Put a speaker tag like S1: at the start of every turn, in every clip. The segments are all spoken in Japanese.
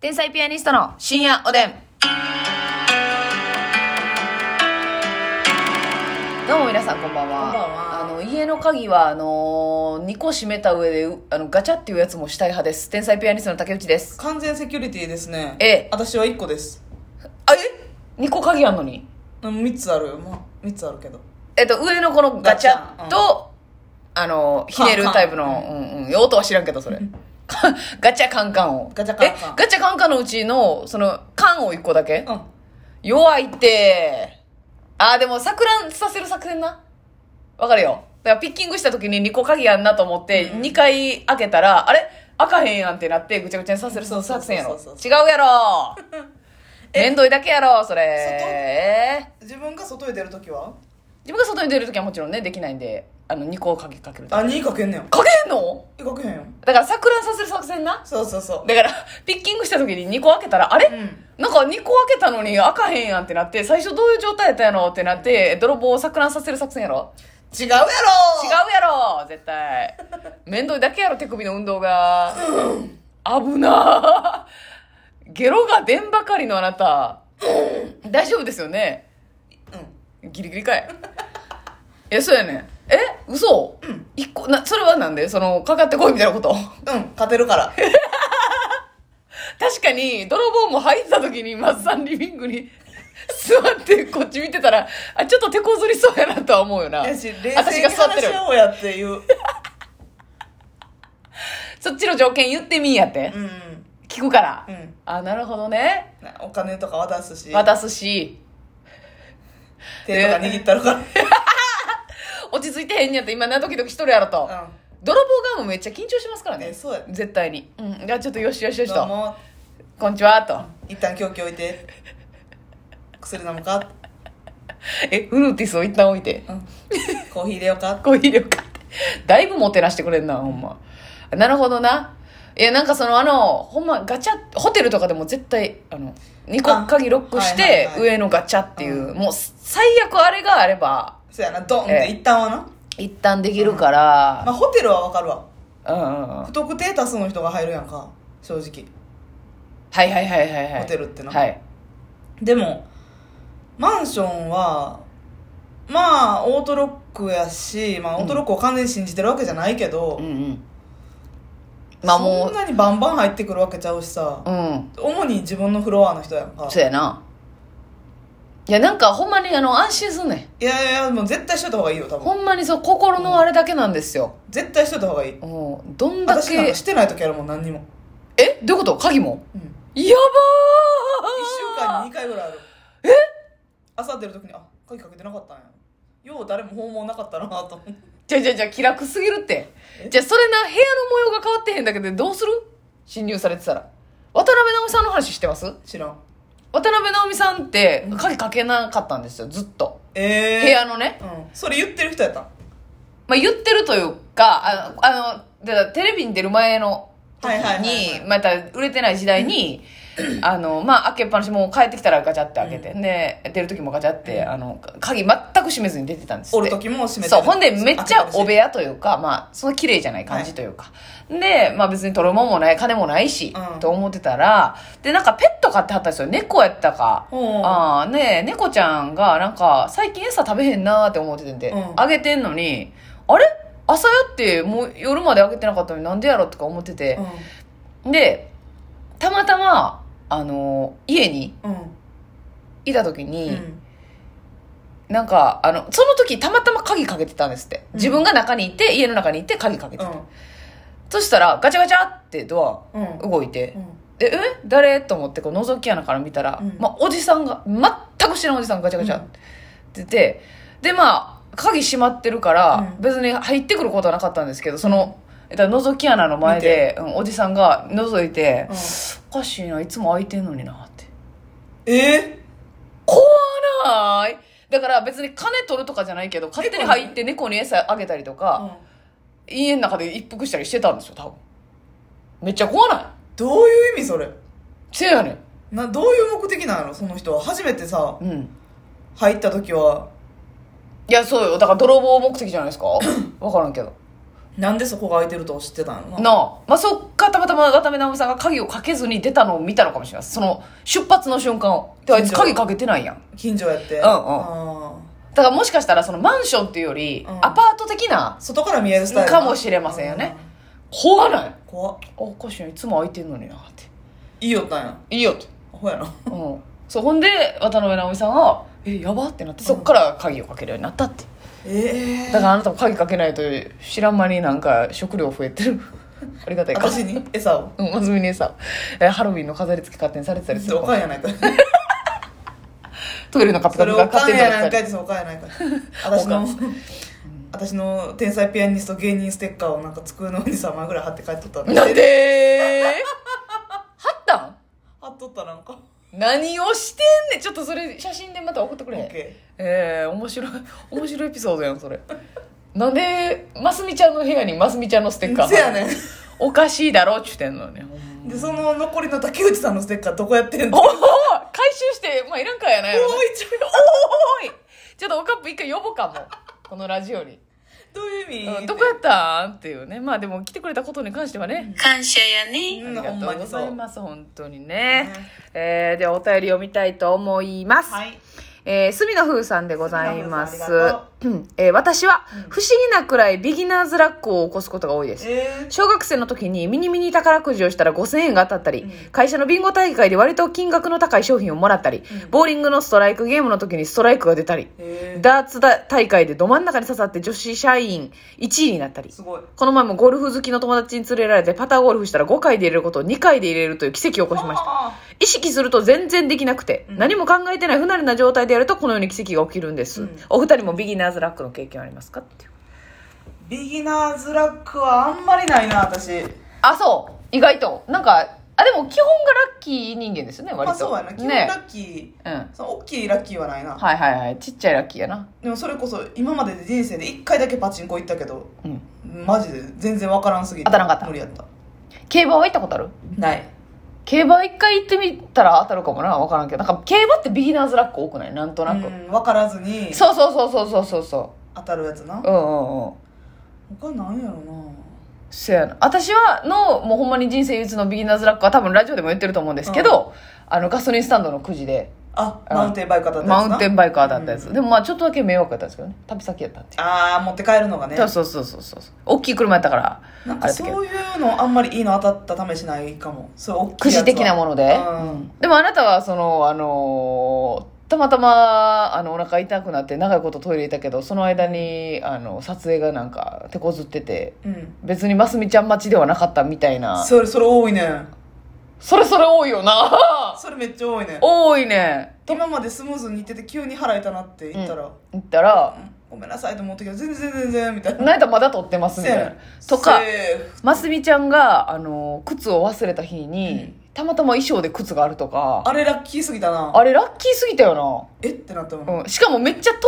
S1: 天才ピアニストの深夜おでん。どうも皆さんこんばんは。
S2: こんばんは
S1: あの、家の鍵は、あのー、2個閉めた上で、うあの、ガチャっていうやつもしたい派です。天才ピアニストの竹内です。
S2: 完全セキュリティですね
S1: ええ
S2: 私は1個です
S1: あ、え ?2 個鍵あんのに
S2: 3つあるよ、まあ、3つあるけど
S1: えっと、上のこのガチャ
S2: ガチ
S1: と、あの、ひねるタイプの、
S2: カン
S1: うんうん、用途は知らんけど、それ。か ガチャカンカンを。
S2: ガチャカンカン
S1: え、ガチャカンカンのうちの、その、カンを1個だけ
S2: うん
S1: 弱いって。あー、でも、錯乱させる作戦な。わかるよ。だから、ピッキングした時に2個鍵やんなと思って、
S2: うん
S1: 2回開けたら、あれ開かへんやんってなって、ぐちゃぐちゃにさせる
S2: そうそう
S1: 作
S2: そうそう
S1: 戦やろ違う
S2: そう。
S1: や ろめんどいだけやろ、それ。
S2: 外
S1: えー
S2: 自分が外へ出るときは
S1: 自分が外に出るときはもちろんね、できないんで、あの、2個鍵かけるだ
S2: あ二2かけんねん
S1: け。かけんの
S2: えかけへんよ
S1: だから、錯乱させる作戦な。
S2: そうそうそう
S1: だから、ピッキングした時に2個開けたら、あれ、
S2: うん
S1: なんか2個開けたのに開かへんやんってなって、最初どういう状態やったんやろってなって、泥棒を錯乱させる作戦やろ
S2: 違うやろ
S1: 違うやろ絶対。面倒いだけやろ、手首の運動が。危なーゲロが出んばかりのあなた。大丈夫ですよね
S2: う
S1: ギリギリかい。え、そうやねん。え嘘
S2: うん
S1: 一個、な、それはなんでその、かかってこいみたいなこと
S2: んうん勝てるから
S1: 確かに、泥棒も入った時に、マッサンリビングに 座ってこっち見てたら、あ、ちょっと手こずりそうやなとは思うよな。
S2: やし
S1: 私
S2: 冷静に
S1: が座って
S2: 話
S1: る
S2: し。合おうやっていう
S1: そっちの条件言ってみんやって
S2: う。ん
S1: 聞くから
S2: う。ん
S1: あ、なるほどね。
S2: なお金とか渡すし
S1: 渡すし、
S2: 手とか握った らか
S1: 落ち着いてへんやって、今なドキドキしとるやろと。
S2: らうん
S1: 泥棒側もめっちゃ緊張しますからね。
S2: えそうや
S1: 絶対に。うん。じゃあちょっとよしよしよし
S2: どう
S1: と。
S2: も
S1: こんにちは、と。
S2: 一旦凶器置いて薬飲むか、
S1: え、フルーティスを一旦置いて。
S2: うん、コーヒー入れようか
S1: コーヒー力 だいぶもてなしてくれんなほんまなるほどないやなんかそのあのほんまガチャホテルとかでも絶対あの2個
S2: あ
S1: 鍵ロックして、
S2: はいはいはい
S1: 上のガチャっていう、
S2: う
S1: もう最悪あれがあれば
S2: そうやなドンっ
S1: ええ
S2: て一旦はな、
S1: 一旦できるから
S2: まあ、ホテルはわかるわ
S1: うんうんうんは
S2: 不特定多数の人が入るやんか正直
S1: いはいはいはいはい
S2: ホテルってな
S1: はい
S2: でもマンションはまあオートロックやし、まあ、オートロックを完全に信じてるわけじゃないけど、
S1: うんうんまあも
S2: そんなにバンバン入ってくるわけちゃうしさ、
S1: ううん
S2: 主に自分のフロアの人やんか
S1: そうやないやなんかほんまにあの安心すんねん
S2: いやいやもう絶対しといた方がいいよ多分
S1: ほんまにそう心のあれだけなんですよ、
S2: 絶対しといた方がいい
S1: うん、どんだ
S2: 私なん
S1: け
S2: かしてない時あるもん何にも、
S1: えどういうこと鍵も
S2: うん、
S1: や
S2: 1週
S1: ばー
S2: 間に2回ぐらいあるえ朝出る時にあ鍵かけてなかったんやよう誰も訪問なかったなと思って
S1: じゃあじゃあじゃあ気楽すぎるってじゃあそれな部屋の模様が変わってへんだけでどうする侵入されてたら渡辺直美さんの話してます
S2: 知らん
S1: 渡辺直美さんって鍵かけなかったんですよずっと
S2: ええ
S1: 部屋のね、
S2: うん、それ言ってる人やったん
S1: まあ、言ってるというかあのあのだからテレビに出る前の時
S2: はいはいはいは
S1: に
S2: い
S1: また売れてない時代にあのまあ開けっぱなしもう帰ってきたらガチャって開けて、で出る時もガチャって、
S2: うん
S1: あの鍵全く閉めずに出てたんですって
S2: おる時も閉めてる
S1: そう、ほんでめっちゃお部
S2: 屋
S1: 屋というか、まあ、その綺麗じゃない感じというか。で、まあ別に取るもんもない、金もないし、
S2: うん
S1: と思ってたら、で、なんかペット飼ってはったんですよ。猫やったか。
S2: うん
S1: ああ、ねえ猫ちゃんがなんか、最近餌食べへんなーって思っててんで
S2: う、ん
S1: あ、げてんのに、あれ朝やってもう夜まであげてなかったのになんでやろとか思ってて。で、たまたま、あのー家に
S2: うんうん
S1: いた時
S2: う
S1: に、
S2: ん
S1: なんか、あの、その時たまたま鍵かけてたんですって。自分が中にいて、家の中にいて鍵かけて
S2: う
S1: た。
S2: ん
S1: そしたら、ガチャガチャってド
S2: う
S1: ア
S2: ん
S1: 動いて
S2: う、ん
S1: で、え誰と思って、こう、覗き穴から見たら、
S2: うん
S1: まあ、おじさんが、全く知らんおじさんがガチャガチャって言って、で、まあ、鍵閉まってるから、
S2: うん
S1: 別に入ってくることはなかったんですけど、その、えっと、覗き穴の前で、うんおじさんが覗いて、おかしいな、いつも開いてんのになって。
S2: え
S1: 怖ないだから別に金取るとかじゃないけど、勝手に入って猫に餌あげたりと
S2: ーう
S1: か、
S2: ん
S1: 家の中で一服したりしてたんですよ、多分。めっちゃ怖ない
S2: どういう意味それ
S1: せやねん。
S2: などういう目的なのその人は初めてさ
S1: うん。
S2: 入った時はい
S1: や、そうよ。だから泥棒目的じゃないですかわからんけど。
S2: なんでそこが空いてると知ってたの
S1: なあ、まあ、そっかたまたま渡辺直美さんが鍵をかけずに出たのを見たのかもしれないその出発の瞬間をであいつ鍵かけてないやん
S2: 近所やって
S1: んうん
S2: あ
S1: だからもしかしたらそのマンションっていうより
S2: うん
S1: アパート的な
S2: ー外から見えるスタイルな
S1: かもしれませんよね怖ない
S2: うん怖っ
S1: おかしいないつも空いてんのになって
S2: いいよったんや
S1: いいよって
S2: アホやな
S1: うんそうほんで渡辺直美さんが「えやば」ってなってそっから鍵をかけるようになったって
S2: ええ
S1: だからあなたも鍵かけないと知らん間になんか食料増えてるありがたいか
S2: 私に餌を
S1: うん、まずみねさ、えハロウィンの飾り付け勝手にされてたりする
S2: お
S1: か
S2: か
S1: も
S2: んやないかい
S1: トイレのカピカ
S2: そ
S1: ピ
S2: れ
S1: が
S2: おか
S1: 勝手
S2: ん
S1: にさ
S2: や
S1: れてたり
S2: ないかいですおかん やないかい私
S1: お
S2: の
S1: か
S2: 私の天才ピアニスト芸人ステッカーをなんか机の上に3枚ぐらい貼って帰っとったん
S1: なんで貼ったん
S2: 貼っとったなんか
S1: 何をしてんねんちょっとそれ写真でまた送ってくれへん
S2: OK
S1: ええ面白い 面白いエピソードやんそれなんでますみちゃんの部屋にますみちゃんのステッカー
S2: せやねん
S1: おかしいだろっちゅってんのよねほんま
S2: でその残りの竹内さんのステッカーどこやってんの
S1: お
S2: お
S1: お回収してまあいらんかやないお
S2: いちょ
S1: ーいちょっとおかっぷ一回呼ぼうかもこのラジオに
S2: どういう意味、
S1: うんどこやったんっていうねまあでも来てくれたことに関してはね、
S3: 感謝やね。
S2: うん
S1: ありがとうございます本当にね、
S2: うん
S1: えーではお便り読みたいと思います、
S2: はい
S1: えー、隅野風さんでございます
S2: 隅野風さんあ
S1: うん えー私は不思議なくらいビギナーズラックを起こすことが多いです
S2: え
S1: 小学生の時にミニミニ宝くじをしたら5000円が当たったり、
S2: うん
S1: 会社のビンゴ大会で割と金額の高い商品をもらったり、
S2: うん
S1: ボーリングのストライクゲームの時にストライクが出たり、
S2: ー、え
S1: ダーツだ大会でど真ん中に刺さって女子社員1位になったり
S2: ー、すごい
S1: この前もゴルフ好きの友達に連れられてパターゴルフしたら5回で入れることを2回で入れるという奇跡を起こしました
S2: あ
S1: 意識すると全然できなくて、
S2: うん
S1: 何も考えてない不慣れな状態でやるとこのように奇跡が起きるんです、
S2: うん
S1: お二人もビギナーズラックの経験ありますかっていう
S2: ービギナーズラックはあんまりないな私
S1: あそう意外となんかあでも基本がラッキー人間ですよね割と
S2: まあそうやな基本ラッキー、
S1: ね
S2: その大きいラッキーはないな、
S1: うんはいはいはいちっちゃいラッキーやな
S2: でもそれこそ今までで人生で1回だけパチンコ行ったけど
S1: うん
S2: マジで全然わからんすぎて
S1: 当たらんかった
S2: 無理やった
S1: 競馬は行ったことある
S2: ない
S1: 競馬一回行ってみたら当たるかもな分からんけどなんか競馬ってビギナーズラック多くないなんとなく、
S2: うん分からずに
S1: そうそうそうそうそうそうそ
S2: 当たるやつな
S1: ううんうんうん
S2: 他なんやろ
S1: そやな私はのもうほんまに人生唯一のビギナーズラックは多分ラジオでも言ってると思うんですけど、あのガソリンスタンドのくじで
S2: なあ
S1: うん
S2: マウンテンバイク当たったや
S1: マ
S2: つな
S1: ウンテンバイク当たったやつ、
S2: うん
S1: でもまあちょっとだけ迷惑やったんですけどね旅先やったってい
S2: ああ持って帰るのがね
S1: う、そうそうそうそうそう大きい車やったから
S2: なん
S1: あ
S2: か
S1: れだけど
S2: そういうのあんまりいいの当たった試しないかもそう大きい
S1: くじ的なもので、
S2: うん
S1: でもあなたはそのあのーたまたまあのお腹痛くなって長いことトイレいたけどその間にあの撮影がなんか手こずってて
S2: のうん
S1: 別にますみちゃん待ちではなかったみたいな
S2: それそれ多いねん
S1: それそれ多いよ な
S2: それめっちゃ多いねん
S1: 多いね
S2: 今までスムーズにいってて急に腹痛なって言ったら、
S1: 言ったら
S2: ごめんなさいと思ったけど全然全然みたいな
S1: 何やったらまだ撮ってますみたいなとか
S2: セーフ
S1: ますみちゃんがあの靴を忘れた日に、
S2: うん
S1: たまたま衣装で靴があるとか
S2: あれラッキーすぎたな
S1: あれラッキーすぎたよ
S2: えってなったもん、
S1: な、うん、しかもめっちゃ遠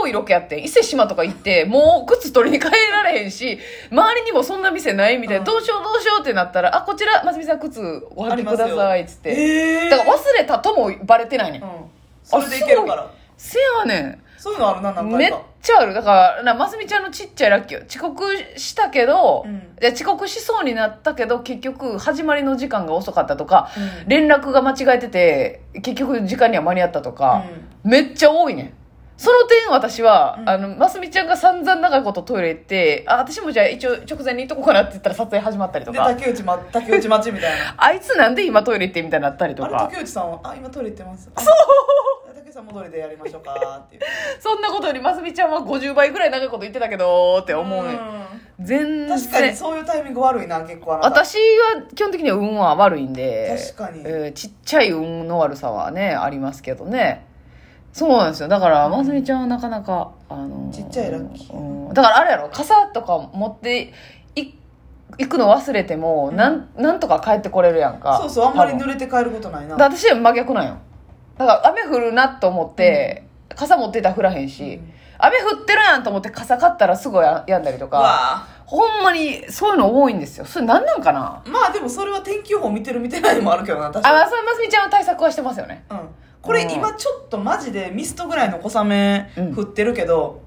S1: 遠いロケやってん伊勢志摩とか行ってもう靴取りに帰られへんし周りにもそんな店ないみたいな、
S2: うん
S1: どうしようどうしようってなったら「あこちらますみさん靴お
S2: あ
S1: 履
S2: り
S1: き
S2: ま
S1: く
S2: すよ
S1: ださい」っつって、
S2: えー、
S1: だから忘れたともバレてないねん、
S2: うん、それでいけるから
S1: せやねん
S2: そういうのあるな何
S1: め
S2: 回
S1: っ
S2: か
S1: ちゃあるだからなますみちゃんのちっちゃいラッキーよ遅刻したけど、
S2: うん
S1: で遅刻しそうになったけど結局始まりの時間が遅かったとか、
S2: うん
S1: 連絡が間違えてて結局時間には間に合ったとか、めっちゃ多いねんその点私は、
S2: うん
S1: あのますみちゃんが散々長いことトイレ行ってあ私もじゃあ一応直前に行っとこうかなって言ったら撮影始まったり
S2: う
S1: と
S2: ん、で
S1: か
S2: 竹内,、ま、竹内町みたいな
S1: あいつなんで今トイレ行ってみたいになったりと
S2: あれ
S1: か
S2: 竹内さんは「あ今トイレ行ってます」そう竹内さんもトイレでやりましょうかっていう
S1: そんなことよりますみちゃんは50倍ぐらい長いこと言ってたけどって思うねん
S2: ん
S1: 全然
S2: 確かにそういうタイミング悪いな結構あなた
S1: 私は基本的には運は悪いんで
S2: 確かに
S1: えーちっちゃい運の悪さはねありますけどねそうなんですよだからますみちゃんはなかなかあのー
S2: ちっちゃいラッキー
S1: うんだからあれやろ傘とか持ってい行くの忘れても、なんなんとか帰ってこれるやんか
S2: そうそうあんまり
S1: 多
S2: 濡
S1: 分
S2: れて帰ることない
S1: だ
S2: な
S1: から私は真逆なんよだから雨降るなと思って、傘持ってたら降らへんし、
S2: うん
S1: 雨降ってるやんと思って傘買ったらすぐや病んだりと
S2: う
S1: か
S2: わあ
S1: ほんまにそういうの多いんですよそれ何なんかな
S2: まあでもそれは天気予報見てる見てないもあるけどな確
S1: あ、ま
S2: か
S1: あ、そう、ますみちゃんは対策はしてますよね。
S2: に、うん、これ今ちょっとマジでミストぐらいの小雨
S1: うん
S2: 降ってるけど、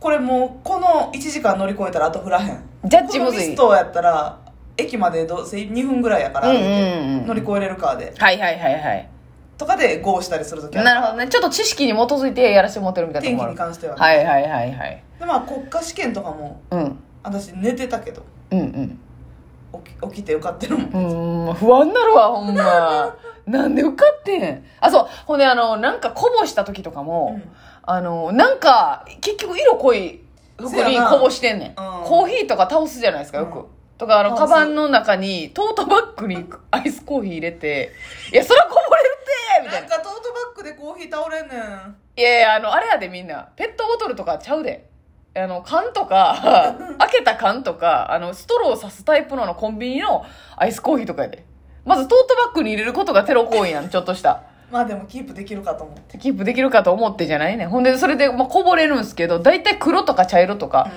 S2: これもうこの1時間乗り越えたらあと降らへん
S1: ジャッ
S2: こ
S1: ジ
S2: の
S1: む
S2: ミ
S1: ずい
S2: ス。トやったら駅までどうせ2分ぐらいやから、
S1: うんうんうん
S2: 乗り越えれるカーで
S1: はいはいはいはい。
S2: とかで GO したりするとき
S1: なるほどね。ちょっと知識に基づいてやらせてもらってるみたいな
S2: 天
S1: と
S2: 気
S1: ころ
S2: に関しては、ね
S1: はいはいはいはい。
S2: でまあ国家試験とかも
S1: うん。
S2: 私寝てたけど
S1: うんうん。
S2: 起き起きて受かってるもん
S1: うーん、不安になるわ、ほん ま。なんで受かってんあ、そう。ほんで、あの、なんかこぼした時とかも、
S2: うん
S1: あの、なんか、結局色濃い服
S2: せ
S1: に
S2: やな
S1: こぼしてんねん。コーヒーとか倒すじゃないですか、よ
S2: うん
S1: く。とか、あの、
S2: 倒
S1: カ
S2: す
S1: バンの中に、トートバッグにアイスコーヒー入れて、いや、そらこぼれるってみた
S2: ないん
S1: な。
S2: かトートバッグでコーヒー倒れんねん
S1: いやいや、あの、あれやでみんな、ペットボトルとかちゃうで。あの、缶と か、開けた缶とか、あの、ストローを刺すタイプのあのコンビニのアイスコーヒーとかやで。まずトートバッグに入れることがテロ行為やん、ちょっとした。
S2: まあでもキープできるかと思って、
S1: キープできるかと思ってじゃないねん。ほんで、それで、まあ、こぼれるんですけど、だいたい黒とか茶色とか、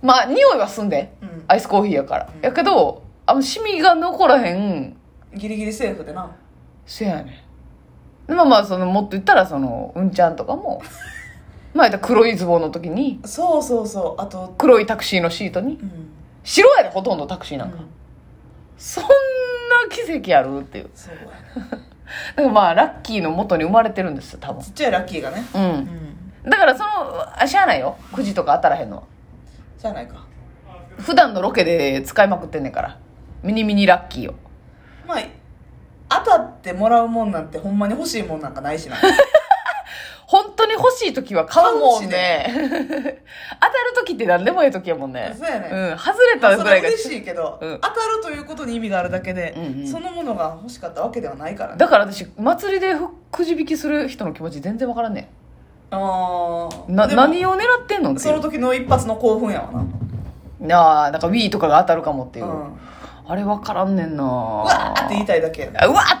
S1: まあ、匂いはすんで。
S2: うんうん
S1: アイスコーヒーやから。
S2: うん
S1: やけど、あの、シミが残らへん、
S2: ギリギリセーフでな
S1: せやねんでまあまあそのもっと言ったらそのうんちゃんとか もまあ言ったら黒いズボンの時に
S2: そうそうそうあと
S1: 黒いタクシーのシートに
S2: うん
S1: 白やでほとんどタクシーなんか、
S2: うん
S1: そんな奇跡あるっていう
S2: そうや
S1: だからまあラッキーの元に生まれてるんですよ多分
S2: ちっちゃいラッキーがね
S1: う
S2: うんん
S1: だからそのあしゃあないよくじとか当たらへんのは
S2: じゃないか
S1: 普段のロケで使いまくってんねんからミニミニラッキーを
S2: まあ当たってもらうもんなんてほんまに欲しいもんなんかな いしな
S1: 本当に欲しい時は買うもんね
S2: 買
S1: 当たる時って何でもええ時やもんね
S2: そうやね
S1: うん外れた
S2: そ
S1: ぐら
S2: れはい
S1: が
S2: 嬉しいけど、
S1: うん
S2: 当たるということに意味があるだけで、
S1: うんうん
S2: そのものが欲しかったわけではないからね
S1: だから私祭りでふくじ引きする人の気持ち全然わからんね
S2: あー
S1: んな
S2: でも
S1: 何を狙ってんのって
S2: そ
S1: い
S2: の
S1: う
S2: 時の一発の興奮やわな、うん、
S1: なあなんか Wii とかが当たるかもっていう、
S2: うわ
S1: あれわからんねんな
S2: ーって言いたいだけやね
S1: あうわーって